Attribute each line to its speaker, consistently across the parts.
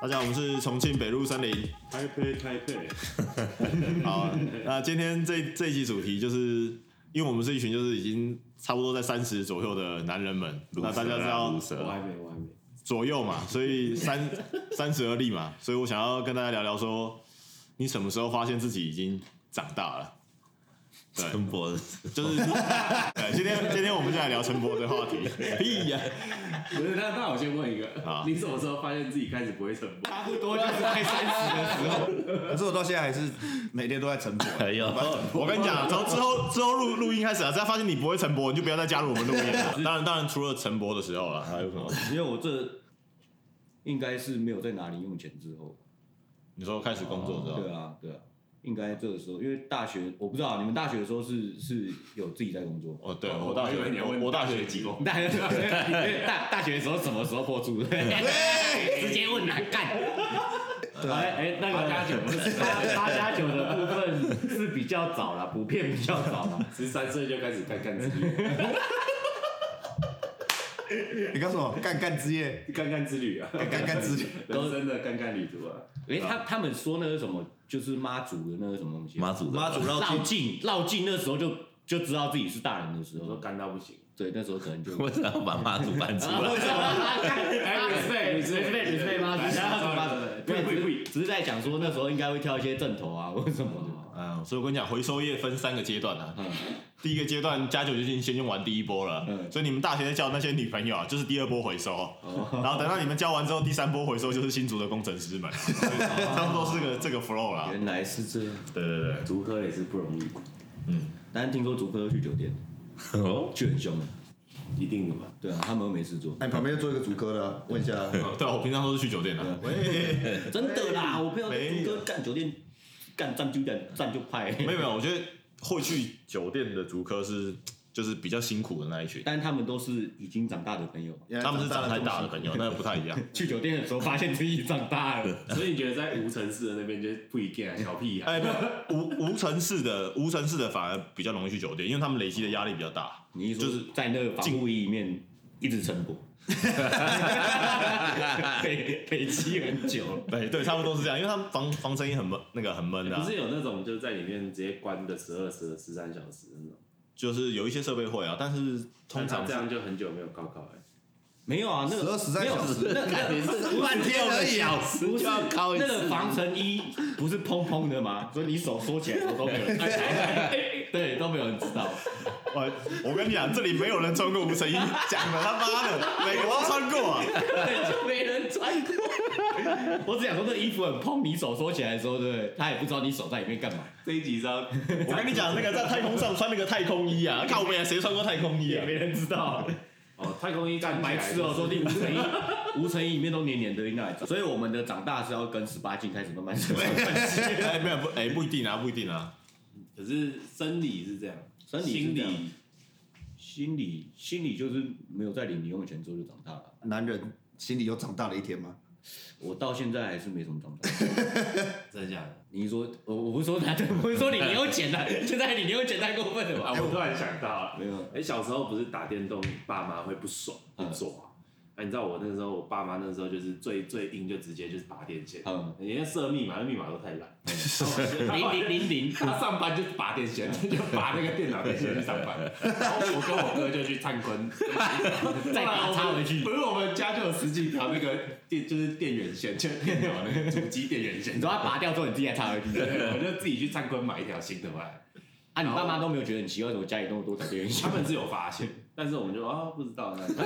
Speaker 1: 大家好，我们是重庆北路森林。
Speaker 2: 台北，台北，
Speaker 1: 好，那今天这这一期主题就是，因为我们是一群就是已经差不多在三十左右的男人们，那大家知道
Speaker 3: 毒蛇
Speaker 2: 我
Speaker 3: 啊
Speaker 2: 还没，我还没。
Speaker 1: 左右嘛，所以三三十而立嘛，所以我想要跟大家聊聊说，你什么时候发现自己已经长大了？ 对，
Speaker 3: 陈博的，
Speaker 1: 就是，对，今天今天我们就来聊陈博的话题。 屁呀、
Speaker 2: 不是，那那我先问一个
Speaker 1: 好，
Speaker 2: 你什么时候发现自己开始不会沉默？差不多就是快三十的时候。
Speaker 4: 可是我到现在还是每天都在晨勃。
Speaker 3: 哎呦，
Speaker 1: 我跟你讲，啊从之后之后录录音开始啊，只要发现你不会陈博，你就不要再加入我们录音了。当然，当然除了陈博的时候了，还有什么？
Speaker 5: 因为我这应该是没有在哪里用钱之后，
Speaker 1: 你说开始工作之后，
Speaker 5: 对啊，对啊，应该这个时候，因为大学我不知道你们大学的时候是是有自己在工作，
Speaker 1: 哦，对
Speaker 2: 哦
Speaker 1: 我大学
Speaker 2: 我以为你要
Speaker 1: 我
Speaker 2: 问
Speaker 1: 我大
Speaker 2: 大
Speaker 1: 学
Speaker 2: 学几公
Speaker 5: 大学大大学的时候什么时候破 处？
Speaker 3: 啊
Speaker 5: 直接问难干。
Speaker 4: 对啊
Speaker 5: 哎哎，那个
Speaker 2: 八加九不是
Speaker 5: 八八加九的部分是比较早了，普遍比较早了。
Speaker 2: 十三岁就开始干干之旅，
Speaker 4: 你干什么？干干之夜，
Speaker 2: 干干之旅啊，
Speaker 4: 干干干之旅，
Speaker 2: 人生的干干旅途啊。
Speaker 5: 哎，他他们说那个什么，就是妈祖的那个什么东西，啊
Speaker 3: 妈祖的
Speaker 4: 妈祖绕
Speaker 5: 绕
Speaker 4: 境，
Speaker 5: 境绕境，那时候就就知道自己是大人的时
Speaker 2: 我
Speaker 5: 候
Speaker 3: 嗯
Speaker 2: 说，干到不行
Speaker 5: 对，那时候可能就
Speaker 3: 为什么要把妈祖搬出 来？
Speaker 2: 哎，respect
Speaker 5: 哎 respect respect 妈祖，妈祖妈祖，
Speaker 2: 不会不会不
Speaker 5: 只是只是在讲说那时候应该会跳一些正头啊或者什么
Speaker 1: 嗯，所以我跟你讲，回收业分三个阶段啊。
Speaker 5: 的，嗯，
Speaker 1: 第一个阶段，加九就已经先用完第一波了，
Speaker 5: 嗯
Speaker 1: 所以你们大学在交的那些女朋友啊，就是第二波回收，
Speaker 2: 哦
Speaker 1: 然后等到你们交完之后，第三波回收就是新竹的工程 师们，所以
Speaker 2: 哦
Speaker 1: 差不多是个这个 flow 啦。
Speaker 5: 原来是这样。
Speaker 1: 对对对，
Speaker 2: 足科也是不容易，
Speaker 1: 嗯
Speaker 5: 但是听说竹科去酒店
Speaker 3: 哦，
Speaker 5: 去很凶的，
Speaker 2: 一定的嘛。
Speaker 5: 对啊，他们又没事做，
Speaker 4: 哎那你旁边就做一个主科的啊，问一下。
Speaker 1: 对啊，我平常都是去酒店的。
Speaker 2: 嗯
Speaker 1: 喂，
Speaker 5: 真的啦，我朋友
Speaker 1: 没
Speaker 5: 在
Speaker 1: 有
Speaker 5: 竹科干酒店，干站就站站就派，
Speaker 1: 没有没有，我觉得会去酒店的足科是就是比较辛苦的那一群，
Speaker 5: 但他们都是已经长大的朋友，
Speaker 4: 原来
Speaker 1: 他们是长太
Speaker 4: 得
Speaker 1: 大的
Speaker 4: 这么辛
Speaker 1: 朋友，那不太一样。
Speaker 5: 去酒店的时候发现自己长大 了，
Speaker 2: 所以你觉得在无尘市的那边就是不一样，小屁孩，
Speaker 1: 哎，不无无城市的无城市的反而比较容易去酒店，因为他们累积的压力比较大。
Speaker 5: 你一说
Speaker 1: 就是
Speaker 5: 在那个防护衣里面一直晨勃，累累积很久了。
Speaker 1: 对对，差不多是这样，因为他们防防尘衣很闷，那个很闷的、
Speaker 2: 不
Speaker 1: 啊，
Speaker 2: 是有那种就是在里面直接关个十二、十十三小时那种，
Speaker 1: 就是有一些设备会啊，但是通常
Speaker 2: 这
Speaker 1: 是
Speaker 2: 样就很久没有高考了。
Speaker 5: 没有啊，那个
Speaker 4: 12 13小时
Speaker 5: 没有那个那个
Speaker 4: 半天而已啊
Speaker 5: 不
Speaker 3: 就
Speaker 5: 是
Speaker 3: 要高一次
Speaker 5: 那个防尘衣不是蓬蓬的吗？所以你手缩起来，我都没有人，对，都没有人知道。
Speaker 1: 我哎我跟你讲，这里没有人穿过无尘衣，讲的他妈的，每个都穿过啊。
Speaker 5: 对，就没人穿 过。我只想说，那衣服很蓬，你手缩起来的时候，对不对？他也不知道你手在里面干嘛，
Speaker 2: 这一集是要
Speaker 1: 我跟你讲，那个在太空上穿那个太空衣啊，靠背啊，谁穿过太空衣
Speaker 5: 也
Speaker 1: 啊？
Speaker 5: 没人知道。
Speaker 2: 哦，太空衣干
Speaker 5: 白痴哦，说不定无成衣，无成衣 里面都黏黏的，应该。所以我们的长大是要跟十八禁开始慢慢 生
Speaker 1: 哎，没有不，哎，不一定啊，不一定啊。
Speaker 2: 可是生理是这样，
Speaker 5: 生理是
Speaker 2: 心
Speaker 5: 这样
Speaker 2: 理
Speaker 5: 心理心理就是没有在领零用钱之后就长大了。
Speaker 4: 男人心里有长大的一天吗？
Speaker 5: 我到现在还是没什么长大。
Speaker 2: 真的假的？
Speaker 5: 你是说，我我不是说男的，我不是说你零用 钱的，啊现在你零用钱太过分了吧？
Speaker 2: 啊，我突然想到了，
Speaker 5: 没有，
Speaker 2: 哎，小时候不是打电动，爸妈会不爽不
Speaker 5: 嗯
Speaker 2: 抓。哎，你知道我那时候，我爸妈那时候就是最最硬，就直接就是拔电线。
Speaker 5: 嗯
Speaker 2: 人家设密码，那密码都太烂。
Speaker 5: 零零零零，
Speaker 2: 他上班就是拔电线， 就拔那个电脑电线去上班。然后我跟我哥就去参观，
Speaker 5: 再把它插回去
Speaker 2: 不是我们家就有十几条那个电，就是电源线，就是电脑那个主机电源线。
Speaker 5: 你说他拔掉之后，你自己还插回去。
Speaker 2: 对，我就自己去参观买一条新的回来。
Speaker 5: 啊，你爸妈都没有觉得很奇怪，怎么家里那么多条电源线
Speaker 2: 他？们是有发现，但是我们就啊不知道。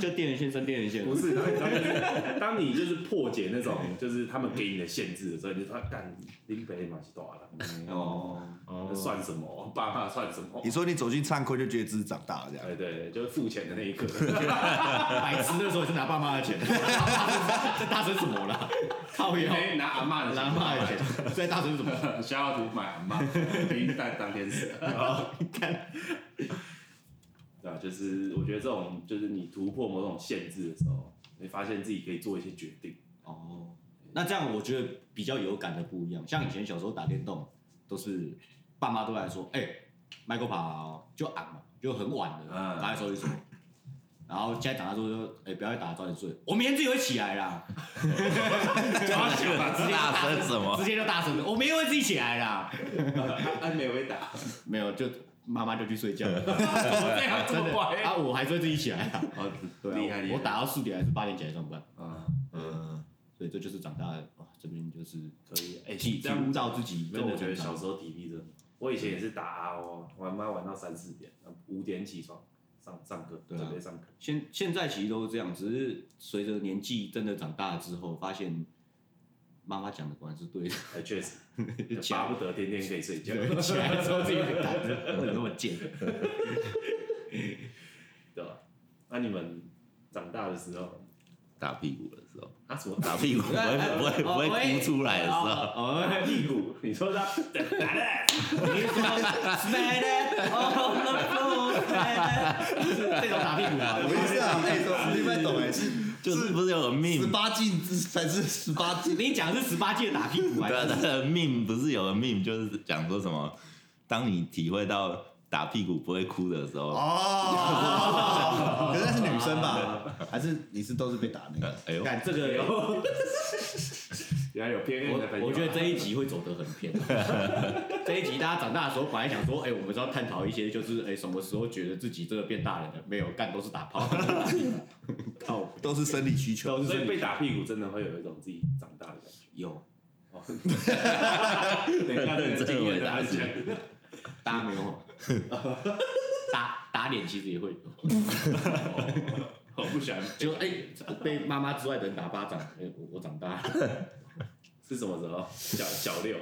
Speaker 5: 就电源线升电源线，
Speaker 2: 不是，当你当你就是破解那种就是他们给你的限制的时候，你就说啊干林北马西多了，
Speaker 5: 哦，
Speaker 2: 那算什么？爸妈算什么
Speaker 4: 你？说你走进灿坤就觉得自己长大了这样，
Speaker 2: 对对对，就是付钱的那一刻，
Speaker 5: 白痴那时候也是拿爸妈的钱， 这大声什么啦？靠腰，
Speaker 2: 哎拿阿嬷的
Speaker 5: 拿
Speaker 2: 钱
Speaker 5: 阿妈的钱，在大声什么？
Speaker 2: 小要图买阿妈，平蛋当天 使。哦对啊，就是我觉得这种就是你突破某种限制的时候，你发现自己可以做一些决 定。
Speaker 5: 哦，那这样我觉得比较有感的不一样。像以前小时候打电动，都是爸妈都来说，哎、麦克跑就俺嘛，就很晚了，
Speaker 2: 嗯
Speaker 5: 拿来收一收。然后现在打他说说，哎、不要再打，早点睡。我明天自己会起来啦，
Speaker 6: 这个大声什么
Speaker 5: 直？接就大声的，我明天会自己起来啦。
Speaker 2: 安美会 打，
Speaker 5: 没有，就妈妈就去睡觉 了。这样
Speaker 2: 这么乖
Speaker 5: 啊，我还是会自己起来啊。
Speaker 2: 哦，
Speaker 5: 对啊
Speaker 2: 厉害厉害，
Speaker 5: 我打到四点还是八点起来上班，
Speaker 2: 啊，
Speaker 1: 嗯，
Speaker 5: 所以这就是长大了哇，这边就是
Speaker 2: 可以，哎，
Speaker 5: 体
Speaker 2: 这
Speaker 5: 体
Speaker 2: 样
Speaker 5: 悟到自己，
Speaker 2: 那
Speaker 5: 真
Speaker 2: 我
Speaker 5: 的
Speaker 2: 觉得
Speaker 5: 长大
Speaker 2: 小时候体力真的，我以前也是打 RO，玩妈玩到三四点，五点起床上上课，
Speaker 5: 对啊
Speaker 2: 准备上课。
Speaker 5: 现现在其实都是这样，只是随着年纪真的长大了之后，发现妈妈讲的果然是对的，
Speaker 2: 哎，确实，
Speaker 5: 起
Speaker 2: 巴
Speaker 5: 来
Speaker 2: 不得天天可以睡觉。
Speaker 5: 对起来之后自己打字，怎么那么贱？
Speaker 2: 对吧？那你们长大的时候，
Speaker 6: 打屁股的时候，
Speaker 2: 啊什么
Speaker 6: 打屁股不会不会不会哭出来的时候，
Speaker 5: 哦，
Speaker 2: 打屁股？你说他打的，
Speaker 5: 你是说 smack it on the floor，smack it，是这种打屁股
Speaker 4: 我
Speaker 5: 啊？
Speaker 4: 意思啊，哎，我听不太懂哎，是
Speaker 6: 就是不是有个命
Speaker 4: 十？八禁是才是十八禁，
Speaker 5: 你讲的是十八届打屁股还
Speaker 6: 对啊，
Speaker 5: 是
Speaker 6: 他的命不是有个命，就是讲说什么，当你体会到打屁股不会哭的时候，
Speaker 4: 哦，可是那是女生吧？还是你是都是被打那个？
Speaker 6: 哎呦，
Speaker 5: 干这个有？
Speaker 2: 原来有偏爱的朋友啊。
Speaker 5: 我我觉得这一集会走得很 偏。这一集大家长大的时候，本来想说，哎、我们是要探讨一些，就是哎、什么时候觉得自己真的变大人了？没有，干都是打 炮，靠，
Speaker 4: 都是生理需求，
Speaker 5: 都
Speaker 2: 所以
Speaker 5: 是
Speaker 2: 被打屁股真的会有一种自己长大的感 觉。
Speaker 5: 有，
Speaker 2: 哦等一下这个经验大家讲，
Speaker 5: 大家没 有，打打脸其实也会有，
Speaker 2: 我不喜欢。
Speaker 5: 就哎、被妈妈之外的人打巴掌，哎、我我长大了。
Speaker 2: 是什么时候？小小六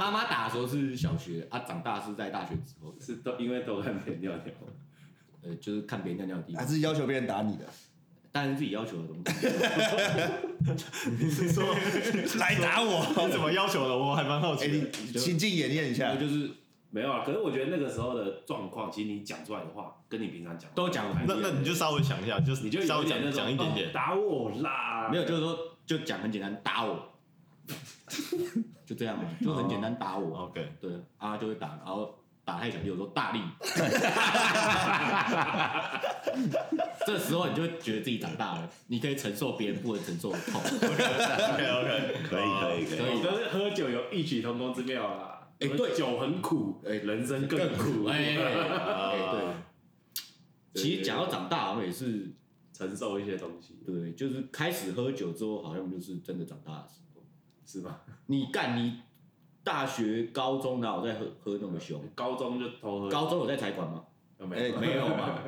Speaker 5: 妈妈打的时候是小学啊，长大是在大学之后，
Speaker 2: 是都因为都看别人尿尿。
Speaker 5: 呃，就是看别人尿尿的地
Speaker 1: 哎
Speaker 4: 还
Speaker 5: 方，
Speaker 4: 是要求别人打你的？
Speaker 5: 当然自己要求的东西。
Speaker 1: 是说
Speaker 4: 来打我！
Speaker 2: 哦
Speaker 1: 你怎么要求的？我还蛮好
Speaker 4: 哎，
Speaker 1: 奇的。
Speaker 4: 你情境演练一
Speaker 5: 然
Speaker 4: 下
Speaker 5: 后，就是
Speaker 2: 没有啊，可是我觉得那个时候的状况，其实你讲出来的话，跟你平常讲
Speaker 5: 都讲
Speaker 2: 不太一
Speaker 1: 那
Speaker 2: 样
Speaker 1: 那你就稍微想一下，就是
Speaker 2: 你就
Speaker 1: 稍
Speaker 2: 有
Speaker 1: 微
Speaker 2: 点那
Speaker 1: 讲
Speaker 2: 种
Speaker 1: 讲一点
Speaker 2: 哦
Speaker 1: 点。
Speaker 2: 打我啦，
Speaker 5: 没有，就是说，就讲很简单，打我， 就这样嘛，
Speaker 1: 哦
Speaker 5: 就很简单打我。
Speaker 2: 哦
Speaker 1: OK，
Speaker 5: 对，啊就会打，然后打太小力，有时候 大力，这时候你就会觉得自己长大了，你可以承受别人不能承受的 痛。
Speaker 1: OK OK，
Speaker 6: 可以可以可以，
Speaker 5: 可以
Speaker 2: 哦可是喝酒有异曲同工之妙啦。
Speaker 5: 哎对
Speaker 2: 酒很苦，哎，人生更苦，
Speaker 5: 哎、哎
Speaker 1: 啊
Speaker 5: 对，其实讲到长大，好像也是
Speaker 2: 承受一些东西，
Speaker 5: 对，就是开始喝酒之后，好像就是真的长大的时候。
Speaker 2: 是吗？
Speaker 5: 你干你大学、高中哪有在喝喝那么凶？
Speaker 2: 高中就偷喝，
Speaker 5: 高中有在财管吗？
Speaker 2: 有没有？
Speaker 4: 哎
Speaker 5: 没有吧？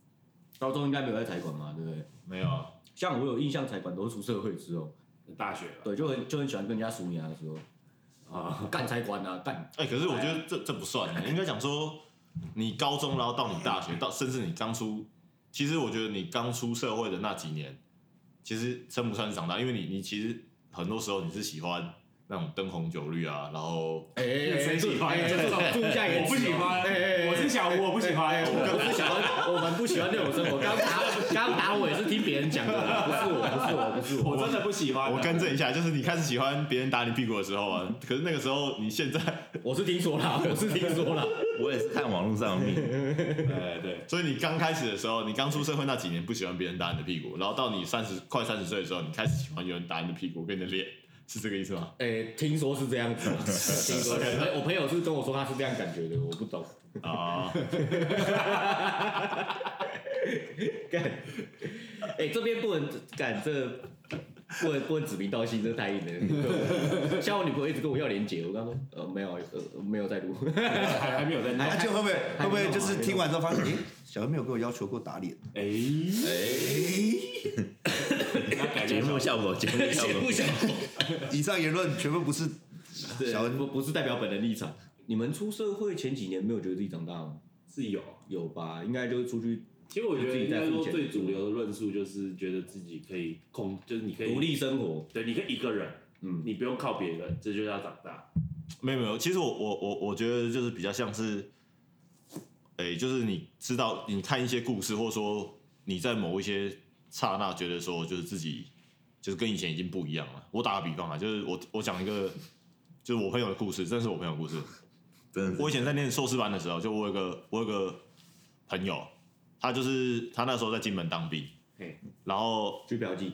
Speaker 5: 高中应该没有在财管嘛，对不对？
Speaker 1: 没有啊，
Speaker 5: 像我有印象，财管都是出社会之后，
Speaker 2: 大学吧
Speaker 5: 对，就很就很喜欢跟人家数牙的时候，
Speaker 2: 啊，
Speaker 5: 干财管啊，干
Speaker 1: 哎，可是我觉得这这不算，欸应该讲说你高中，然后到你大学，到甚至你刚出，其实我觉得你刚出社会的那几年，其实称不上是长大，因为你你其实很多时候你是喜欢那种灯红酒绿啊，然后
Speaker 5: 哎
Speaker 2: 谁喜欢
Speaker 5: 哎这种注意一下言
Speaker 2: 我
Speaker 5: 辞哦
Speaker 2: 不喜欢
Speaker 5: 哎哎哎
Speaker 2: 我是小吴，我不喜欢，
Speaker 5: 我们不喜欢，我们不喜欢这种生活。刚打刚打我也是听别人讲的，不是我，不是我，不是我。
Speaker 2: 我真的不喜欢。
Speaker 1: 我更正一下，就是你开始喜欢别人打你屁股的时候啊，可是那个时候你现在，
Speaker 5: 我是听说啦，我是听说啦。
Speaker 6: 我也是看网络上的 命，
Speaker 2: 哎对，
Speaker 1: 所以你刚开始的时候，你刚出社会那几年不喜欢别人打你的屁股，然后到你三十快三十岁的时候，你开始喜欢有人打你的屁股跟你的脸，是这个意思吗？
Speaker 5: 哎，听说是这样子啊，听说。哎我朋友是跟我说他是这样感觉的，我不懂。
Speaker 1: 啊，
Speaker 5: 哎、这边不能干这，不能不能指名道姓，这太硬了。像我女朋友一直跟我要连结，我刚说呃没有呃没有在录，
Speaker 2: 还还没有在闹
Speaker 5: 还
Speaker 4: 而且会不会
Speaker 5: 还
Speaker 4: 会不会就是
Speaker 5: 还
Speaker 4: 听完之后发现，哎，小恩没有跟我要求过打脸，
Speaker 2: 哎，那改
Speaker 6: 节
Speaker 2: 天
Speaker 6: 目
Speaker 2: 说
Speaker 6: 效果，节目效果，
Speaker 4: 以上言论全部不是小恩
Speaker 5: 不不是代表本人立场。你们出社会前几年没有觉得自己长大吗？
Speaker 2: 是有。
Speaker 5: 有吧，应该就是出去
Speaker 2: 其实我觉得应该
Speaker 5: 自己在付
Speaker 2: 说
Speaker 5: 钱
Speaker 2: 最主流的论述就是觉得自己可以控，就是你可以
Speaker 5: 独，立生活。
Speaker 2: 对，你可以一个人，
Speaker 5: 嗯，
Speaker 2: 你不用靠别人，这就叫长大。
Speaker 1: 没有没有，其实我我我我觉得就是比较像是，诶、就是你知道，你看一些故事，或者说你在某一些刹那觉得说，就是自己就是跟以前已经不一样了。我打个比方啊，就是我我讲一个，就是我朋友的故事，真的是我朋友的故事。
Speaker 6: 真的是
Speaker 1: 我以前在念硕士班的时候，就我有个我有个朋友，他就是他那时候在金门当兵
Speaker 2: 嘿，
Speaker 1: 然后
Speaker 5: 去嫖妓，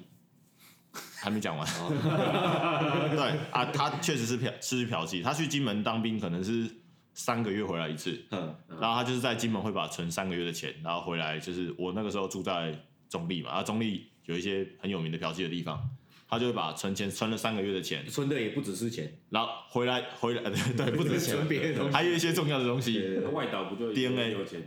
Speaker 1: 还没讲完， 对啊，他确实是嫖是去嫖妓，他去金门当兵可能是三个月回来一次，
Speaker 5: 嗯，
Speaker 1: 然后他就是在金门会把存三个月的钱，然后回来就是我那个时候住在中立嘛，啊中立有一些很有名的嫖妓的地方，他就会把存钱存了三个月的钱，
Speaker 5: 存的也不只是钱，
Speaker 1: 然后回来回来对 不止钱，
Speaker 5: 存 别的东西。
Speaker 1: 还有一些重要的东西，
Speaker 5: 对对
Speaker 2: 那
Speaker 5: 对
Speaker 2: 外岛不就
Speaker 1: DNA
Speaker 2: 有钱？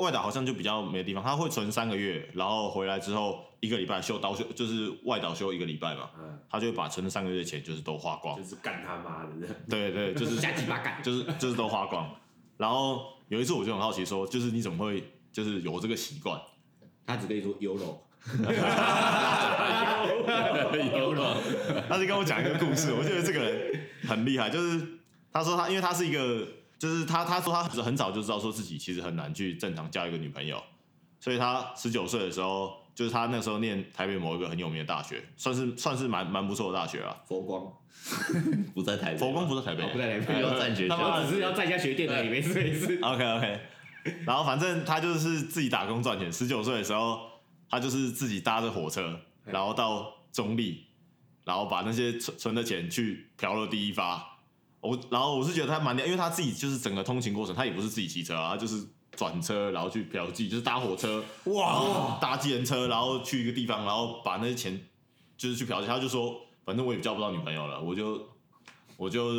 Speaker 1: 外岛好像就比较没地方，他会存三个月，然后回来之后一个礼拜休刀休，就是外岛休一个礼拜嘛，
Speaker 2: 嗯，
Speaker 1: 他就会把存的三个月的钱就是都花光
Speaker 2: 就，是干他妈的，
Speaker 1: 对对，就是
Speaker 5: 下鸡巴干，
Speaker 1: 就是就是都花光。然后有一次我就很好奇说，就是你怎么会就是有这个习惯？
Speaker 5: 他只可以说 Euro，
Speaker 1: 他就跟我讲一个故事，我觉得这个人很厉害，就是他说他因为他是一个，就是他他说他很早就知道说自己其实很难去正常交一个女朋友，所以他十九岁的时候，就是他那时候念台北某一个很有名的大学，算是算是蛮蛮不错的大学啊。
Speaker 5: 佛光，
Speaker 6: 不在台北，
Speaker 1: 佛光不在台北
Speaker 5: 哦，不在台北，
Speaker 6: 要占学校
Speaker 5: 他妈只是要占一下学店而已，没事没事。
Speaker 1: OK OK，然后反正他就是自己打工赚钱。十九岁的时候，他就是自己搭着火车，然后到中立，然后把那些存存的钱去嫖了第一发。我然后我是觉得他蛮屌，因为他自己就是整个通勤过程，他也不是自己骑车啊，他就是转车然后去嫖妓，就是搭火车， 哇，搭计程车，然后去一个地方，然后把那些钱就是去嫖妓。他就说，反正我也交不到女朋友了，我就我就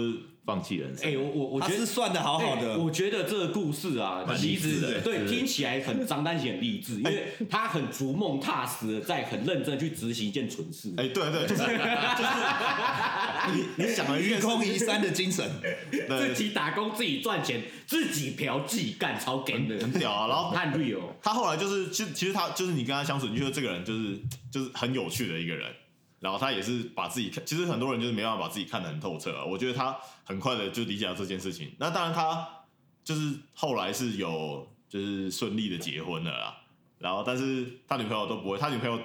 Speaker 6: 放弃人生。
Speaker 5: 哎，我我我
Speaker 4: 他
Speaker 5: 觉
Speaker 4: 是
Speaker 5: 得。
Speaker 4: 算的好好
Speaker 5: 哎
Speaker 4: 的，
Speaker 5: 我觉得这个故事啊，
Speaker 6: 蛮
Speaker 5: 其
Speaker 6: 励志
Speaker 5: 实
Speaker 6: 的
Speaker 5: 对听起来很张丹贤很励志，因为他很逐梦踏实的在很认真地去执行一件蠢事。
Speaker 1: 哎、对对，就是就是你你想了一
Speaker 4: 愚
Speaker 1: 件事，
Speaker 4: 公移山的精神，
Speaker 1: 对
Speaker 5: 自己打工，自己赚钱，自己嫖妓，干超 gay 的，
Speaker 1: 很屌啊。然后
Speaker 5: 很 real。
Speaker 1: 他后来就是，其实其实他就是你跟他相处，你就觉得这个人就是就是很有趣的一个人。然后他也是把自己看，其实很多人就是没办法把自己看得很透彻啊。我觉得他很快的就理解了这件事情。那当然他就是后来是有就是顺利的结婚了啦。然后但是他女朋友都不会，他女朋友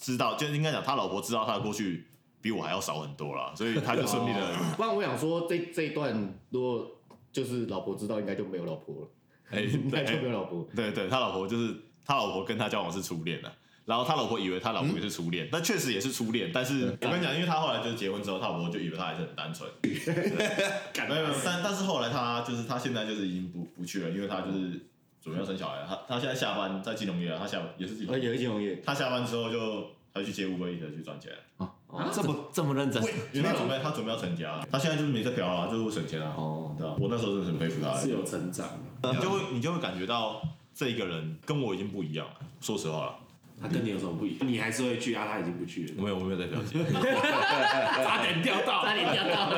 Speaker 1: 知道，就是应该讲他老婆知道他的过去比我还要少很多啦，所以他就顺利
Speaker 4: 哦
Speaker 1: 的。
Speaker 5: 不然我想说，这这一段如果就是老婆知道，应该就没有老婆了，
Speaker 1: 哎、
Speaker 5: 应 该
Speaker 1: 对，
Speaker 5: 就没有老婆。
Speaker 1: 对对，他老婆就是他老婆跟他交往是初恋的、啊然后他老婆以为他老婆也是初恋，但确实也是初恋。但是我跟你讲，因为他后来就是结婚之后，他老婆就以为他还是很单纯，对没有没有。但但是后来他就是他现在就是已经不不去了，因为他就是准备要生小孩了。他他现在下班在金融业啊，他下也是金融
Speaker 5: 而
Speaker 1: 业，
Speaker 5: 且金融业，
Speaker 1: 他下班之后就他去接乌龟的去赚钱，
Speaker 2: 啊
Speaker 6: 这么这么认真，
Speaker 1: 因为他准备他准备要成家了，他现在就是没在嫖啊，就是为省钱啊。
Speaker 6: 哦
Speaker 1: 对啊，我那时候真的很佩服他。
Speaker 2: 是有成长的。
Speaker 1: 你就会你就会感觉到这个人跟我已经不一样了。说实话了，
Speaker 2: 他跟你有什么不一样？你还是会去啊，他已经不去了。
Speaker 1: 我没有我没有在表情。
Speaker 5: 差点掉到，差点掉 到。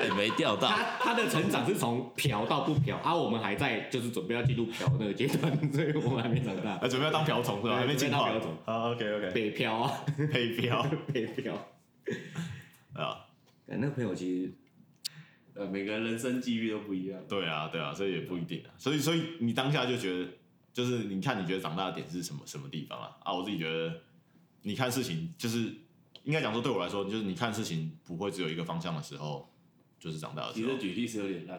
Speaker 6: 哎，没钓到，
Speaker 5: 他他的成长是从嫖到不嫖，而、我们还在就是准备要进入嫖那个阶段， 所以我们还没长大。
Speaker 1: 啊，准备要当瓢虫是吧？
Speaker 5: 对
Speaker 1: 还没进化。
Speaker 5: 准备当
Speaker 1: 啊，OK OK，
Speaker 5: 北漂啊，
Speaker 1: 配标
Speaker 5: 北漂。
Speaker 1: 啊，
Speaker 5: 哎那个朋友其实
Speaker 2: 呃，每个人人生际遇都不一样。
Speaker 1: 对啊对啊，所以也不一定啊。所以所以你当下就觉得，就是你看你觉得长大的点是什么什么地方啊？啊，我自己觉得，你看事情就是应该讲说，对我来说，就是你看事情不会只有一个方向的时候，就是长大的
Speaker 2: 其
Speaker 1: 时候
Speaker 2: 实。举例是有点烂。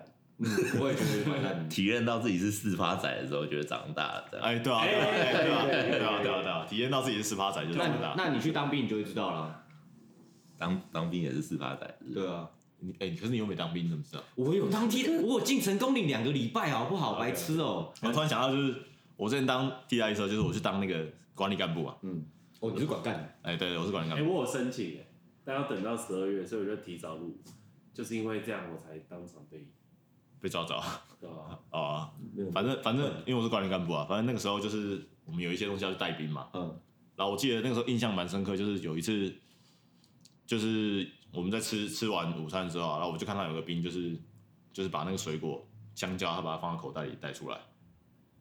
Speaker 5: 我也觉得蛮烂的。
Speaker 6: 体验到自己是四发仔的时候，觉得长大了，这样。
Speaker 1: 哎，对啊，对啊，哎对啊，对啊，对啊，对啊，体验到自己是十八仔就是长
Speaker 5: 那
Speaker 1: 大。
Speaker 5: 那你去当兵，你就会知道了。
Speaker 6: 当当兵也是四发仔，
Speaker 5: 对啊，
Speaker 1: 你哎，可是你又没当兵，你怎么知道？
Speaker 5: 我有当兵，我有进成功领两个礼拜，好不好？白痴哦、
Speaker 1: 我突然想到，就是我之前当替代的时候，就是我去当那个管理干部啊。
Speaker 5: 哦，你是管干的，
Speaker 1: 哎，对，对我是管理干
Speaker 2: 哎、
Speaker 1: 部。
Speaker 2: 我有申请哎、但要等到十二月，所以我就提早入，就是因为这样我才当场被
Speaker 1: 被抓走啊
Speaker 2: 对吧？
Speaker 1: 哦
Speaker 5: 没有
Speaker 1: 反正反正，因为我是管理干部啊，反正那个时候就是我们有一些东西要去带兵嘛。
Speaker 5: 嗯，
Speaker 1: 然后我记得那个时候印象蛮深刻，就是有一次，就是我们在吃吃完午餐之后啊、然后我就看到有个兵，就是就是把那个水果香蕉，他把它放到口袋里带出来，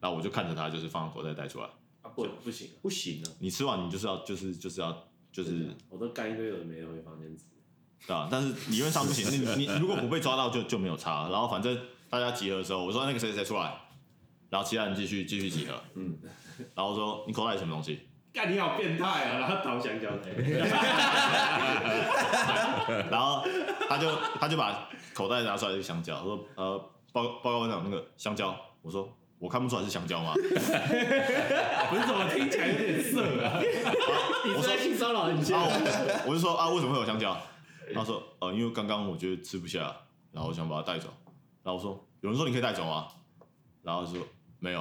Speaker 1: 然后我就看着他，就是放到口袋带出来。
Speaker 2: 啊，不不行啊，
Speaker 5: 不行 啊，
Speaker 1: 你吃完你就是要就是就是要就是
Speaker 2: 我都干一堆有的没的回房间吃。
Speaker 1: 对啊，但是理论上不行，你你如果不被抓到就就没有差。然后反正大家集合的时候，我说那个谁谁出来，然后其他人继续继续集合，嗯，然后我说你口袋里什么东西？
Speaker 2: 干你好变态啊！然后倒香蕉的，
Speaker 1: 然后他就他就把口袋拿出来一个香蕉，我说呃报报告班长那个香蕉，我说我看不出来是香蕉吗？
Speaker 7: 不是怎么听起来有点色啊？
Speaker 5: 你是在性骚 扰人
Speaker 1: 啊，
Speaker 5: 家？
Speaker 1: 我我就说啊，为什么会有香蕉？他说呃，因为刚刚我觉得吃不下，然后我想把它带走。然后我说有人说你可以带走吗？然后他说没有。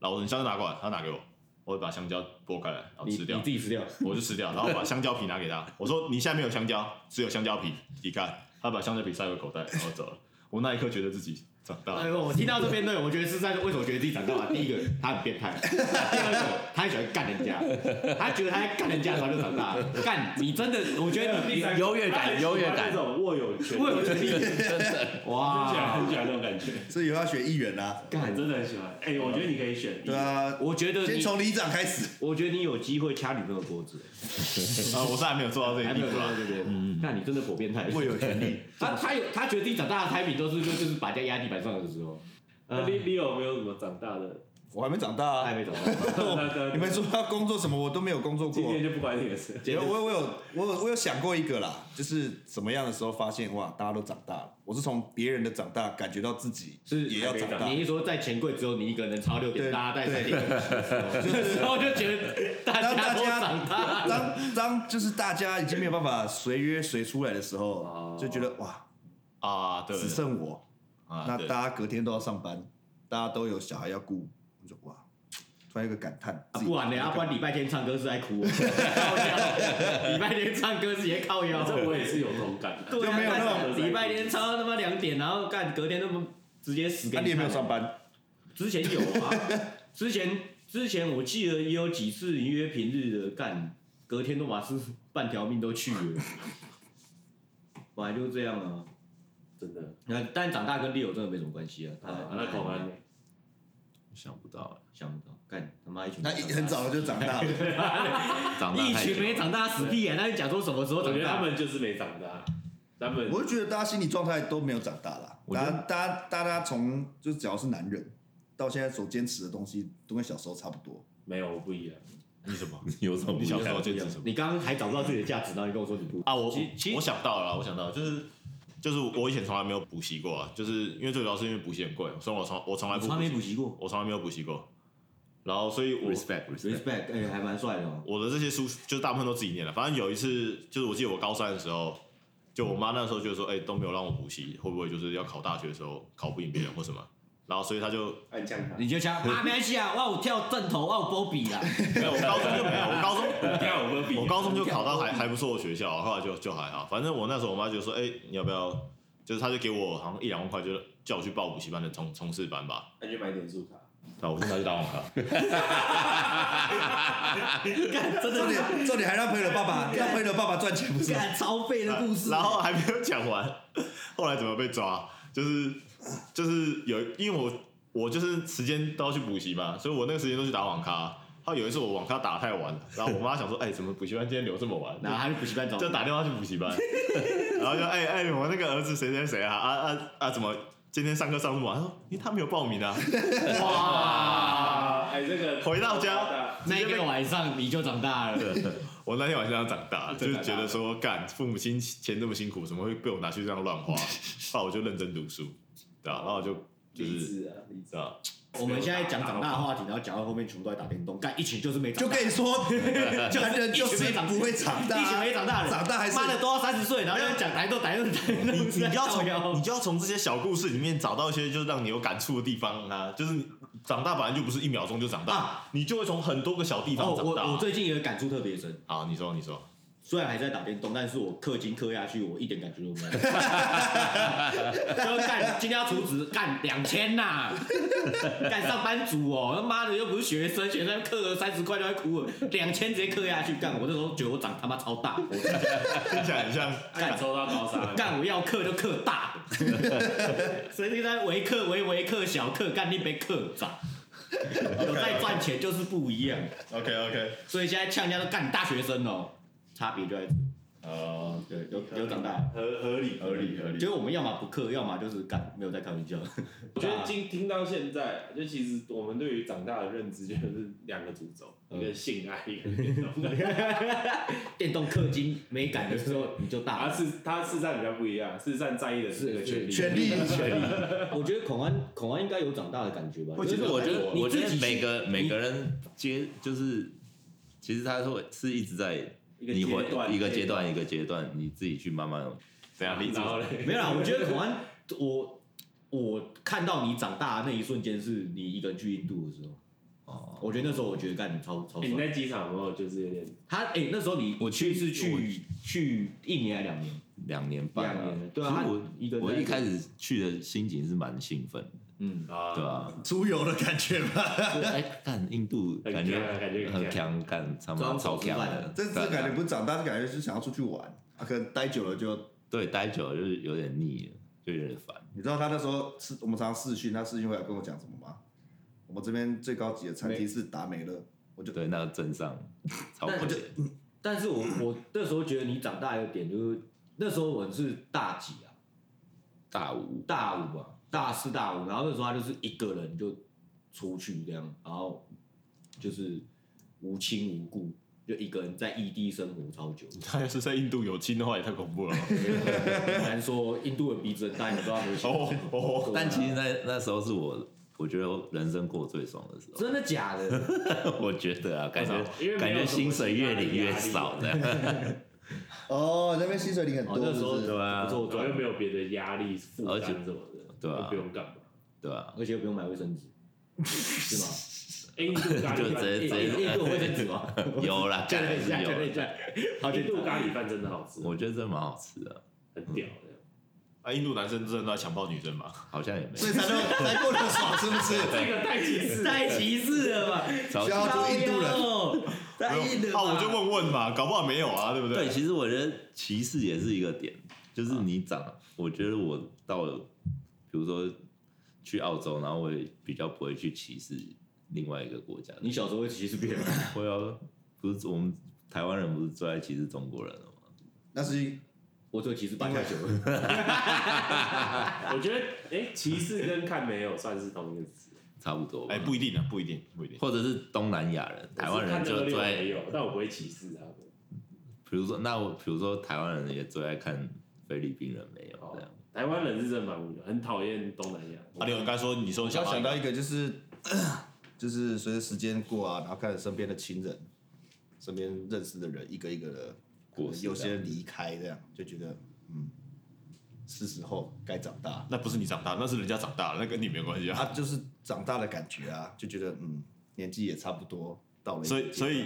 Speaker 1: 然后我说你香蕉拿过来，他拿给我，我会把香蕉剥开来，然后
Speaker 5: 你
Speaker 1: 吃掉
Speaker 5: 你。自己吃掉，
Speaker 1: 我就吃掉，然后把香蕉皮拿给他，我说你下面有香蕉，只有香蕉皮，你看，他把香蕉皮塞回口袋，然后走了。我那一刻觉得自己长大
Speaker 5: 哎
Speaker 1: 了，
Speaker 5: 呦，我听到这边对，我觉得是在为什么觉得自己长大了？第一个，他很变态；第二个，他很喜欢干人家，他觉得他在干人家的时候就长大了。干，你真的，我觉得你
Speaker 6: 优越感，优越
Speaker 2: 那
Speaker 6: 感，
Speaker 2: 种握有权，
Speaker 5: 我有权利，哇！
Speaker 2: 很喜欢那种感觉，
Speaker 4: 所以以后要选议员啦。
Speaker 2: 干真的很喜欢。哎，我觉得你可以选，
Speaker 4: 对啊，
Speaker 5: 我觉得
Speaker 4: 先
Speaker 5: 你，
Speaker 4: 从里长开始。
Speaker 5: 我觉得你有机会掐女朋友脖子，
Speaker 1: 啊，我是还没有做到这一
Speaker 5: 还没
Speaker 1: 步啊
Speaker 5: 有做
Speaker 1: 啦
Speaker 5: 到。这
Speaker 4: 嗯
Speaker 5: 边，那你真的颇变态。
Speaker 4: 有权利。
Speaker 5: 他他有他觉得自己长大的胎品都是就就是把人家压地板上的时候，
Speaker 2: 那你你呃有没有什么长大的？
Speaker 4: 我还没长大
Speaker 5: 他
Speaker 2: 哎
Speaker 5: 还
Speaker 4: 啊！
Speaker 5: 没长大。
Speaker 4: 你们说要工作什么，我都没有工作
Speaker 2: 今
Speaker 4: 过
Speaker 2: 天。就不管你的 事，
Speaker 4: 有我我有我有我有想过一个啦，就是什么样的时候发现哇，大家都长大了。我是从别人的长大感觉到自己
Speaker 5: 是
Speaker 4: 也要长大
Speaker 5: 你，一说在钱柜只有你一个人超六点，
Speaker 4: 对
Speaker 5: 大家在三
Speaker 4: 对
Speaker 5: 点的时候，就觉得大
Speaker 4: 当
Speaker 5: 家
Speaker 4: 大
Speaker 5: 都长大
Speaker 4: 家
Speaker 5: 了。
Speaker 4: 当当就是大家已经没有办法随约随出来的时候
Speaker 2: 哦，
Speaker 4: 就觉得哇，
Speaker 1: 啊，对，
Speaker 4: 只剩我，
Speaker 1: 啊，
Speaker 4: 那
Speaker 1: 对，
Speaker 4: 大家隔天都要上班，大家都有小孩要顾，我就哇，突然有个感叹。
Speaker 5: 啊不然呢？阿
Speaker 4: 不
Speaker 5: 关礼拜天唱歌是在哭哦，靠腰礼拜天唱歌是也靠腰，
Speaker 2: 这我也是有同感的。
Speaker 5: 对啊
Speaker 4: 就没有那
Speaker 2: 种
Speaker 5: 干礼拜天唱到他妈两点，然后干隔天他妈直接死给
Speaker 4: 那你
Speaker 5: 啊你
Speaker 4: 有没有
Speaker 5: 看。
Speaker 4: 上班？
Speaker 5: 之前有啊，之前之前我记得也有几次约平日的干，隔天都把是半条命都去了，本来就这样啊。
Speaker 2: 真的，
Speaker 5: 那但长大跟 Leo 真的没什么关系啊。他
Speaker 2: 啊，那口安，
Speaker 6: 想不到
Speaker 5: 想不到，干他妈一群
Speaker 4: 那一很早就长大了，
Speaker 6: 哎，长大
Speaker 5: 一
Speaker 6: 太久
Speaker 5: 群没长大死屁眼，那你讲说什么时候
Speaker 2: 我觉
Speaker 5: 长
Speaker 2: 得他
Speaker 5: 大？
Speaker 2: 们就是没长大，他们
Speaker 4: 我就觉得大家心理状态都没有长大啦。
Speaker 6: 我觉
Speaker 4: 大
Speaker 6: 得
Speaker 4: 家大家大家从就只要是男人，到现在所坚持的东西都跟小时候差不多。
Speaker 2: 没有不一样。
Speaker 1: 你什么？
Speaker 6: 有什么不
Speaker 1: 你
Speaker 6: 一
Speaker 1: 小时
Speaker 6: 样
Speaker 1: 候？坚持什么？
Speaker 5: 你刚刚还找不到自己的价值，然后你跟我说你不
Speaker 1: 啊，我
Speaker 5: 其其
Speaker 1: 我想到了啦，我想到了就是就是我以前从来没有补习过啊，就是因为最主要是因为补习很贵，所以我从我从来不
Speaker 5: 从来没补习过
Speaker 1: 我从来没有补习过，然后所以我
Speaker 6: respect respect，
Speaker 5: ，respect，哎，还蛮帅的哦。
Speaker 1: 我的这些书就大部分都自己念了。反正有一次，就是我记得我高三的时候，就我妈那时候就说：“哎、都没有让我补习，会不会就是要考大学的时候考不赢别人或什么？”然后所以他就
Speaker 2: 暗枪他，
Speaker 5: 你就想啊，没关系啊，哇，我跳正头，哇，我波比 啦，
Speaker 1: 没有，我高中就没有，我高中
Speaker 2: 你看我们比
Speaker 1: 我高中就考到还还不错的学校，啊后来就就还好。反正我那时候我妈就说：“哎、你要不要？”就是她就给我好像一两万块，就叫我去报补习班的冲冲刺班吧。
Speaker 2: 那就买点数卡，
Speaker 1: 那我就拿去打网咖。
Speaker 4: 重点重点还让朋友的爸爸让朋友的爸爸赚钱，不 是吗？
Speaker 5: 干超废的故事。
Speaker 1: 然后还没有讲完，后来怎么被抓？就是就是有，因为我我就是时间都要去补习嘛，所以我那个时间都去打网咖。后来有一次我网咖打太晚了，然后我妈想说，哎、怎么补习班今天留这么晚？
Speaker 5: 然后他去补习班找
Speaker 1: 就打电话去补习班，然后就哎哎、我那个儿子谁谁谁啊啊啊啊，怎么今天上课上这么晚？他说，因为他没有报名啊。
Speaker 5: 哇，
Speaker 2: 啊，哎，这个
Speaker 1: 回到家
Speaker 5: 那一个晚上你就长大了。
Speaker 1: 我那天晚上长大，就是觉得说，干父母亲钱这么辛苦，怎么会被我拿去这样乱 花？后来我就认真读书，对啊，然后我就就
Speaker 2: 理
Speaker 1: 是
Speaker 2: 智啊，理智
Speaker 1: 对。啊，
Speaker 5: 我们现在讲长大的话题，然后讲到后面全部都在打电动，干一群就是没
Speaker 4: 就
Speaker 5: 长大，
Speaker 4: 跟你说，男人就
Speaker 5: 一群
Speaker 4: 是
Speaker 5: 没长
Speaker 4: 不会长 大啊，
Speaker 5: 一群没长大的人，
Speaker 4: 长大还是
Speaker 5: 妈的都要三十岁，然后又讲台动台动台动，
Speaker 1: 你 你就要
Speaker 5: 靠
Speaker 1: 从
Speaker 5: 腰
Speaker 1: 你就要从这些小故事里面找到一些就是让你有感触的地方啊，就是你长大本来就不是一秒钟就长大，
Speaker 5: 啊
Speaker 1: 你就会从很多个小地
Speaker 5: 哦
Speaker 1: 方，长大。
Speaker 5: 我我最近有感触特别深，
Speaker 1: 好，你说你说，
Speaker 5: 虽然还在打电动，但是我氪金氪下去，我一点感觉都没有。 就干，今天要储值，干两千呐！干上班族哦，他妈的又不是学生，学生氪了三十块就会哭了，两千直接氪下去，干！我那时候觉得我长他妈超大，我
Speaker 1: 听起来很 像
Speaker 2: 感受到高三，
Speaker 5: 干我要氪就氪 大的，所以现在微氪、微微氪、小氪，干你被氪涨。有在赚钱就是不一样，
Speaker 1: OK OK，
Speaker 5: 所以现在呛人家都干你大学生哦，差别就在这哦，对，有有长大，
Speaker 2: 合合理。
Speaker 5: 合理合理。就是我们要么不氪，要么就是干没有在开玩笑。
Speaker 2: 我觉
Speaker 6: 啊
Speaker 2: 得今听到现在，就其实我们对于长大的认知就是两个主轴，
Speaker 6: 嗯
Speaker 2: 一个性爱，一个运动。
Speaker 5: 电动氪金没感的时候你就大
Speaker 2: 他
Speaker 5: 了。
Speaker 2: 啊是他是战比较不一样，是战在意的是那个权利。
Speaker 4: 权力
Speaker 6: 权利。
Speaker 5: 我觉得孔安孔安应该有长大的感觉吧？
Speaker 6: 我觉得，我觉得，
Speaker 5: 你
Speaker 6: 我觉
Speaker 5: 自
Speaker 6: 得
Speaker 5: 己
Speaker 6: 每个
Speaker 5: 你
Speaker 6: 每个人接就是，其实他说是一直在
Speaker 2: 一
Speaker 6: 你会
Speaker 2: 阶段
Speaker 6: 一个阶段一个阶段，你自己去慢慢
Speaker 1: 怎样？你
Speaker 2: 然后嘞，
Speaker 5: 没有啦，我觉得孔安，我我看到你长大的那一瞬间，是你一个人去印度的时候。
Speaker 6: 哦。
Speaker 5: 我觉得那时候，我觉得干你超超
Speaker 2: 欸你
Speaker 5: 爽。
Speaker 2: 在机场有没有就是有点
Speaker 5: 他哎、那时候你
Speaker 6: 哎我去
Speaker 5: 是
Speaker 6: 我
Speaker 5: 去去一年还两年？
Speaker 6: 两年半
Speaker 5: 两
Speaker 6: 了
Speaker 5: 年，对啊
Speaker 6: 其实
Speaker 5: 他
Speaker 6: 我
Speaker 5: 一个人
Speaker 6: 我
Speaker 5: 在
Speaker 6: 一开始去的心情是蛮兴奋的，
Speaker 5: 嗯，
Speaker 2: 啊？
Speaker 6: 对吧？
Speaker 4: 出游的感觉吧，
Speaker 6: 就是哎，看印度
Speaker 2: 很
Speaker 6: 感觉
Speaker 2: 强啊感觉很
Speaker 6: 很强，干他妈
Speaker 5: 装
Speaker 6: 超
Speaker 5: 手吃
Speaker 6: 强
Speaker 5: 饭
Speaker 6: 的，
Speaker 4: 这
Speaker 6: 对
Speaker 4: 这
Speaker 6: 啊
Speaker 4: 感觉不是长大，这感觉是想要出去玩，啊，可能待久了就，
Speaker 6: 对，待久了就是有点腻了，就有点烦。
Speaker 4: 你知道他那时候是我们常常视讯，他视讯回来跟我讲什么吗？我们这边最高级的餐厅是达美乐，我就
Speaker 6: 对，那个镇上超
Speaker 5: 那
Speaker 6: 不解，
Speaker 5: 但是我我那时候觉得你长大有点就是那时候我是大几啊？
Speaker 6: 大五
Speaker 5: 大五吧，大四大五，然后那时候他就是一个人就出去这样，然后就是无亲无故，就一个人在异地生活超久。
Speaker 1: 他要是在印度有亲的话，也太恐怖了吧。
Speaker 5: 很难说印度的鼻子很大，你不知道没有？
Speaker 1: 哦哦，
Speaker 6: 但其实那那时候是我，我觉得我人生过最爽的时候。
Speaker 5: 真的假的？
Speaker 6: 我觉得啊，感
Speaker 2: 因为
Speaker 6: 觉
Speaker 2: 没
Speaker 6: 感
Speaker 2: 有
Speaker 6: 觉
Speaker 2: 什么
Speaker 6: 薪水越领越少这样。
Speaker 4: 哦，那边薪水领很
Speaker 5: 哦，
Speaker 4: 多，
Speaker 5: 那
Speaker 4: 是
Speaker 5: 时候
Speaker 4: 不是
Speaker 6: 对啊
Speaker 5: 不错
Speaker 2: 然后又
Speaker 5: 赚，
Speaker 2: 没有别的压力负
Speaker 6: 而
Speaker 2: 担
Speaker 6: 且
Speaker 2: 什么的，
Speaker 6: 对啊
Speaker 2: 又不用干嘛。
Speaker 6: 对啊，
Speaker 5: 而且又不用买卫生纸，是吗？
Speaker 2: 欸印度咖
Speaker 6: 就
Speaker 2: 喱
Speaker 6: 直接
Speaker 2: 饭，
Speaker 5: 印印印度有卫生纸吗？
Speaker 6: 有 啦，
Speaker 5: 确
Speaker 6: 感
Speaker 5: 认一
Speaker 6: 觉
Speaker 5: 下，
Speaker 6: 有啊
Speaker 5: 确认
Speaker 6: 啦。
Speaker 5: 一下。好，
Speaker 2: 哎印度
Speaker 5: 就
Speaker 2: 咖喱饭真的好吃，
Speaker 6: 我觉得这蛮好吃的，
Speaker 2: 很屌的。
Speaker 1: 啊，印度男生真的都在强暴女生吗？
Speaker 6: 好像也没
Speaker 4: 所以才能才过得爽，是不是？
Speaker 2: 这个太歧视了，
Speaker 5: 太歧视了吧？
Speaker 6: 超
Speaker 4: 需要做印度人，
Speaker 5: 人，太硬了吧。
Speaker 1: 啊，我就问问嘛，搞不好没有啊，对不
Speaker 6: 对。？其实我觉得歧视也是一个点，就是你长，我觉得我到了，比如说去澳洲，然后我也比较不会去歧视另外一个国家。
Speaker 5: 你小时候会歧视别人吗？
Speaker 6: 会啊， 不是我们台湾人不是最爱歧视中国人了吗？
Speaker 4: 那是
Speaker 5: 我只有歧视八加九。
Speaker 2: 我觉得哎，歧视跟看没有算是同一个词。
Speaker 6: 差不多吧。
Speaker 1: 哎，不一定啊，不一定，不一定。
Speaker 6: 或者是东南亚人，台湾人
Speaker 2: 我
Speaker 6: 就是
Speaker 2: 看
Speaker 6: 最
Speaker 2: 热
Speaker 6: 爱
Speaker 2: 恋没有，但我不会歧视他们。
Speaker 6: 比如说，那我比如说台湾人也最爱看菲律宾人没有
Speaker 2: 哦
Speaker 6: 这样，
Speaker 2: 台湾人是真的蛮无聊，很讨厌东南亚。
Speaker 6: 啊
Speaker 1: 阿啊刘，你刚才说你说
Speaker 4: 我
Speaker 1: 你想
Speaker 4: 刚想
Speaker 1: 到
Speaker 4: 到一个，就是 就是随着时间过啊，然后开始身边的亲人、身边认识的人，一个一个的，
Speaker 6: 过世
Speaker 4: 有些
Speaker 6: 这
Speaker 4: 人
Speaker 6: 样
Speaker 4: 离开，这样就觉得嗯，是时候该长大
Speaker 1: 那不是你长大，那是人家长大了，那跟你没关系啊。
Speaker 4: 啊，就是长大的感觉啊，就觉得嗯，年纪也差不多到了一个
Speaker 1: 所
Speaker 4: 阶
Speaker 1: 以，
Speaker 4: 段，
Speaker 1: 所以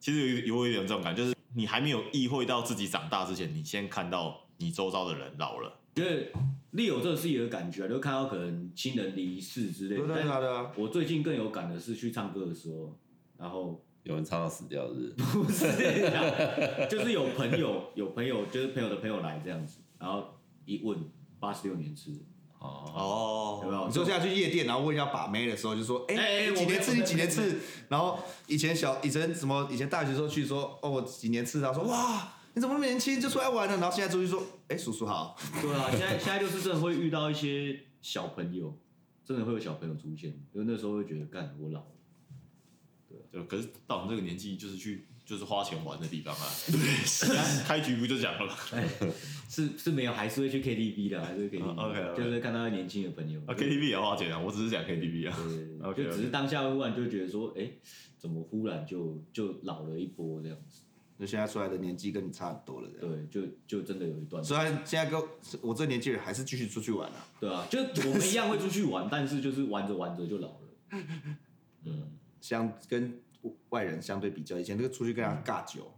Speaker 1: 其实有有一点这种感觉，就是你还没有意会到自己长大之前，你先看到你周遭的人老了。
Speaker 5: 觉得丽友这是一个感觉，就看到可能亲人离世之类
Speaker 4: 对
Speaker 5: 的。
Speaker 4: 对对啊
Speaker 5: 但
Speaker 4: 对啊，
Speaker 5: 我最近更有感的是去唱歌的时候，然后
Speaker 6: 有人唱到死掉是不是
Speaker 5: 不是啊，就是有朋友，有朋友就是朋友的朋友来这样子，然后一问八十六年吃，
Speaker 6: 哦，
Speaker 5: 有没
Speaker 1: 哦，
Speaker 5: 有？
Speaker 4: 你说现在去夜店，然后问一下把妹的时候，就说：“哎、
Speaker 5: 哎
Speaker 4: 你几年
Speaker 5: 我
Speaker 4: 次？
Speaker 5: 没有
Speaker 4: 你几年次？”然后以前小以前什么以前大学时候去说：“哦，我几年次？”他说：“哇，你怎么那么年轻就出来玩了？”然后现在出去说：“哎、叔叔好。
Speaker 5: 对啊，现在现在就是真的会遇到一些小朋友，真的会有小朋友出现，因为那时候会觉得，干我老了，
Speaker 1: 对，可是到我们这个年纪，就是去就是花钱玩的地 方啊。对，开局不就讲了吗？
Speaker 5: 是是没有，还是会去 KTV 的，还是会 KTV，、
Speaker 1: 啊，OK，OK
Speaker 5: 就是会看到年轻的朋友
Speaker 1: 啊，KTV 也花钱啊，我只是讲 KTV 啊。
Speaker 5: 对，
Speaker 1: OK，OK
Speaker 5: 就只是当下忽然就觉得说，哎、怎么忽然就就老了一波这样子？”
Speaker 4: 就现在出来的年纪跟你差很多了，这样
Speaker 5: 对，就就真的有一段，
Speaker 4: 虽然现在跟我这年纪人还是继续出去玩啊，
Speaker 5: 对啊，就我们一样会出去玩，但是就是玩着玩着就老了。嗯，
Speaker 4: 相跟外人相对比较，以前这个出去跟人家尬酒，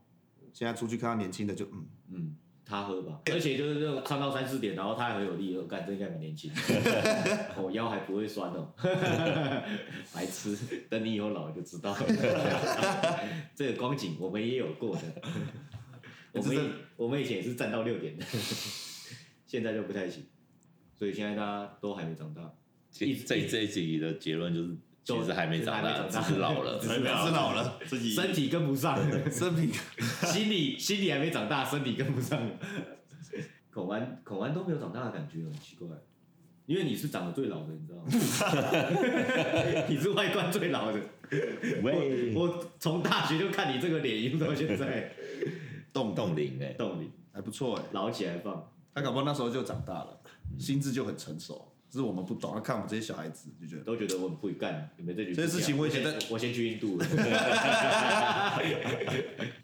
Speaker 4: 现在出去看到年轻的就嗯，
Speaker 5: 嗯，他喝吧，而且就是那种唱到三四点，然后他还很有力，我哦干这应该蛮年轻， 我、腰还不会酸哦， 白痴，等你以后老了就知道了。 这个光景我们也有过 的，我们也我们以前也是站到六点的，现在就不太行，所以现在大家都还没长大。
Speaker 6: 这这这一集的结论就是其实还没
Speaker 5: 都
Speaker 6: 长
Speaker 5: 还没
Speaker 6: 大，
Speaker 5: 长大
Speaker 6: 只是老了。
Speaker 1: 还没
Speaker 4: 是
Speaker 1: 啊，
Speaker 4: 老了，
Speaker 1: 自 己
Speaker 5: 身体跟不上，
Speaker 4: 生病
Speaker 5: 心理心理还没长大，身体跟不上。口湾口湾都没有长大的感觉，很奇怪。因为你是长得最老的，你知道吗？ 你是外观最老的。
Speaker 6: 喂，
Speaker 5: 我从大学就看你这个脸，一路到现在。
Speaker 6: 冻冻龄哎，
Speaker 5: 动你
Speaker 4: 还不错哎，
Speaker 5: 老起来放，
Speaker 4: 他搞不好那时候就长大了，心智就很成熟，只是我们不懂，他看我们这些小孩子就觉得
Speaker 5: 都觉得我很不会干，你们这局
Speaker 4: 这些事情我以前在
Speaker 5: 我先去印 度了。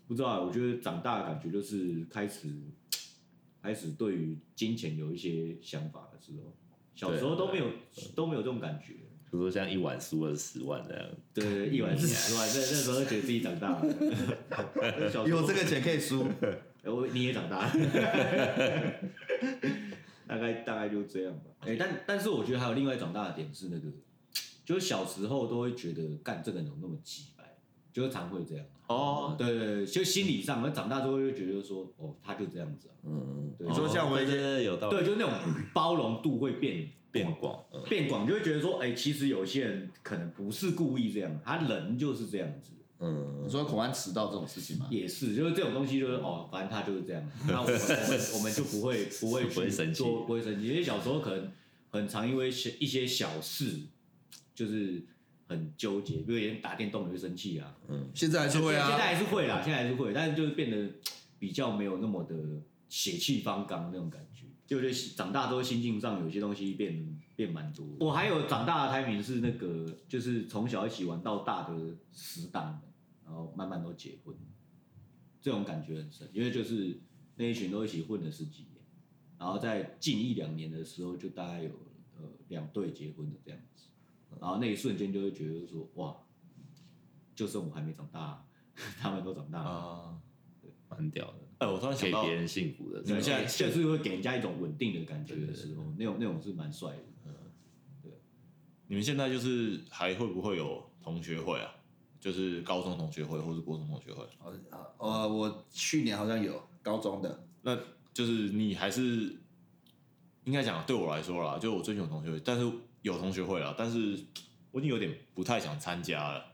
Speaker 5: 不知道，我觉得长大的感觉就是开始开始对于金钱有一些想法的时候，小时候都没有都没有这种感觉。
Speaker 6: 比如说像一碗输了十万这样，
Speaker 5: 对，一晚是 十万，那那时候就觉得自己长大了。小时候
Speaker 4: 有这个钱可以输，
Speaker 5: 哎，我你也长大了， 大概大概就这样吧。哎、但但是我觉得还有另外长大的点是那个，就是小时候都会觉得干这个人怎么那么鸡掰，就是常会这样。啊
Speaker 1: 哦，
Speaker 5: 对对对，就心理上，那长大之后就觉得说，哦，他就这样子啊、
Speaker 6: 嗯，
Speaker 5: 对
Speaker 4: 你说像我以
Speaker 6: 对
Speaker 4: 前
Speaker 6: 对对，有道
Speaker 5: 对，
Speaker 6: 理，
Speaker 5: 就是那种包容度会变
Speaker 6: 变广，嗯，
Speaker 5: 变广，就会觉得说，哎、其实有些人可能不是故意这样，他人就是这样子。
Speaker 4: 你
Speaker 6: 嗯，
Speaker 4: 说孔安迟到这种事情吗？
Speaker 5: 也是，就是这种东西，就是哦，反正他就是这样，那我们我 们我们就不会不会去
Speaker 6: 不会生气
Speaker 5: 做不会生气。因为小时候可能很常因为一些小事，就是很纠结，比如连打电动也会生气啊，
Speaker 4: 现在还是会
Speaker 5: 现在
Speaker 4: 啊，
Speaker 5: 还是会啦，现在还是会，但是就是变得比较没有那么的血气方刚那种感觉。就觉得长大之后心境上有些东西变变蛮多。我还有长大的胎名是那个，就是从小一起玩到大的死党，然后慢慢都结婚，这种感觉很深，因为就是那一群都一起混了十几年，然后在近一两年的时候，就大概有呃两对结婚的这样子，然后那一瞬间就会觉得说哇，就剩我还没长大，啊 他们都长大了。
Speaker 1: 啊，
Speaker 6: 蛮屌的，
Speaker 1: 哎，我突然想
Speaker 6: 给
Speaker 1: 到
Speaker 6: 别，人幸福的，
Speaker 1: 你们现在
Speaker 5: 就是会给人家一种稳定的感觉的时候，那种那种是蛮帅的。
Speaker 1: 你们现在就是还会不会有同学会啊？就是高中同学会或是国中同学会？
Speaker 4: 呃，我去年好像有高中的，
Speaker 1: 那就是你还是应该讲，对我来说啦，就我最近有同学会，但是有同学会啦，但是我已经有点不太想参加了。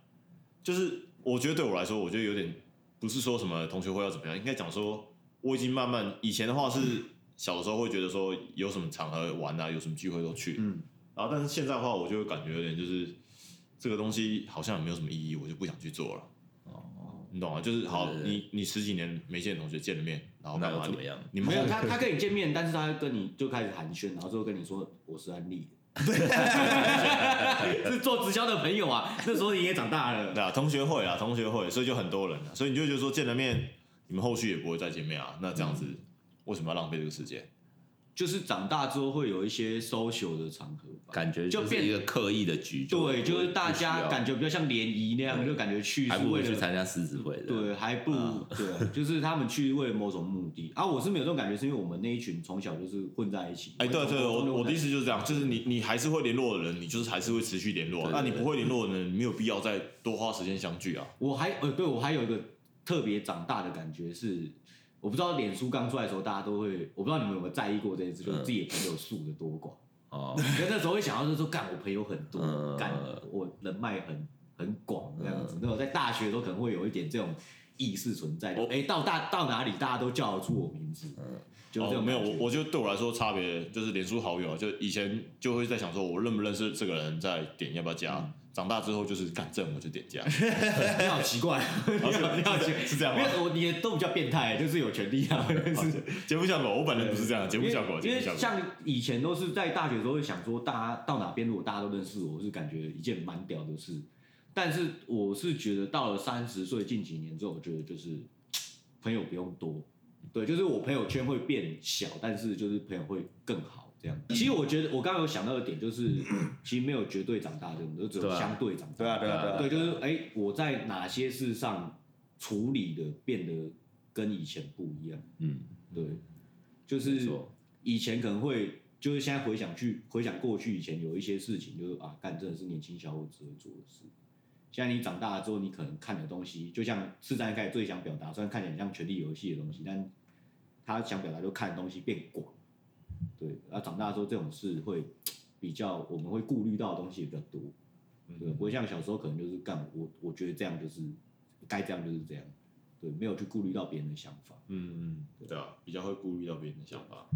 Speaker 1: 就是我觉得对我来说，我觉得有点不是说什么同学会要怎么样，应该讲说我已经慢慢以前的话是小时候会觉得说有什么场合玩啊，有什么聚会都去，嗯，然后但是现在的话，我就会感觉有点就是这个东西好像也没有什么意义，我就不想去做了。哦，你懂吗？就是好，
Speaker 6: 对对对
Speaker 1: 你你十几年没见的同学见了面，然后
Speaker 6: 那
Speaker 1: 干
Speaker 6: 又
Speaker 1: 嘛？
Speaker 6: 怎
Speaker 1: 你
Speaker 6: 么样？
Speaker 1: 你们
Speaker 5: 没有
Speaker 1: 后
Speaker 5: 他，他跟你见面，但是他跟你就开始寒暄，然后最后跟你说我是 安利， 是做直销的朋友啊。那时候你也长大了，
Speaker 1: 那同学会啊，同学会，所以就很多人啊，所以你就觉得说见了面，你们后续也不会再见面啊，那这样
Speaker 6: 嗯
Speaker 1: 子、为什么要浪费这个时间？
Speaker 5: 就是长大之后会有一些 social 的场合吧。
Speaker 6: 感觉
Speaker 5: 就是变
Speaker 6: 一个刻意的局，
Speaker 5: 对，就是大家感
Speaker 6: 觉
Speaker 5: 觉比较像联谊那样，就感觉去
Speaker 6: 还
Speaker 5: 是
Speaker 6: 不
Speaker 5: 为
Speaker 6: 如去
Speaker 5: 了
Speaker 6: 参加嗯狮子会的，
Speaker 5: 对，还不如 对啊，就是他们去为了某种目的啊。我是没有这种感觉，是因为我们那一群从小就是混在一起。
Speaker 1: 哎、对对，
Speaker 5: 从高中
Speaker 1: 我
Speaker 5: 就
Speaker 1: 我的意思就是这样，就是你你还是会联络的人，你就是还是会持续联络啊，
Speaker 6: 对
Speaker 1: 那
Speaker 6: 对
Speaker 1: 你
Speaker 6: 对
Speaker 1: 不会联络的人，没有必要再多花时间相聚啊。
Speaker 5: 我还呃，对我还有一个特别长大的感觉是，我不知道脸书刚出来的时候，大家都会，我不知道你们有没有在意过这件事，
Speaker 6: 嗯
Speaker 5: 就是自己的朋友数的多寡。
Speaker 6: 哦，
Speaker 5: 因为那时候会想到就是说，干我朋友很多
Speaker 6: 嗯，
Speaker 5: 干我人脉很很广这样子。那我在大学都可能会有一点这种意识存在，就
Speaker 1: 我
Speaker 5: 哎、到大到哪里大家都叫得出我名字，就是这
Speaker 1: 哦，
Speaker 5: 种
Speaker 1: 没有，
Speaker 5: 感
Speaker 1: 我
Speaker 5: 觉
Speaker 1: 我觉得对我来说差别就是脸书好友啊，就以前就会在想说我认不认识这个人，再点要不要加。
Speaker 5: 嗯
Speaker 1: 长大之后就是干这我就点 加，
Speaker 5: 你好奇怪，你好你好奇怪
Speaker 1: 是哦这样
Speaker 5: 没
Speaker 1: 吗？
Speaker 5: 有我你都比较变态，就是有权利啊， 就是
Speaker 1: 节目效果，我本人不是这样，节
Speaker 5: 因
Speaker 1: 目
Speaker 5: 为
Speaker 1: 效果，
Speaker 5: 因
Speaker 1: 节目
Speaker 5: 为
Speaker 1: 效果。
Speaker 5: 像以前都是在大学的时候会想说，大家到哪边如果大家都认识我，是感觉一件蛮屌的事。但是我是觉得到了三十岁近几年之后，我觉得就是朋友不用多，对，就是我朋友圈会变小，但是就是朋友会更好这样。其实我觉得我刚刚有想到的点就是，其实没有绝对长大的，我们都只有
Speaker 6: 对啊
Speaker 5: 相对长大。
Speaker 4: 对啊对啊对啊，
Speaker 5: 对，就是哎、我在哪些事上处理的变得跟以前不一样？
Speaker 6: 嗯，
Speaker 5: 对，就
Speaker 6: 没
Speaker 5: 是
Speaker 6: 错
Speaker 5: 以前可能会，就是现在回想去回想过去以前有一些事情，就是啊，干真的是年轻小伙子会做的事。现在你长大了之后，你可能看的东西，就像四战开始最想表达，虽然看起来很像权力游戏的东西，但他想表达就看的东西变广。对，然后长大之后这种事会比较，我们会顾虑到的东西也比较多。
Speaker 1: 嗯
Speaker 5: 对，不会像小时候可能就是干我，我觉得这样就是该这样就是这样，对，没有去顾虑到别人的想法。
Speaker 1: 嗯嗯，对啊，比较会顾虑到别人的想法。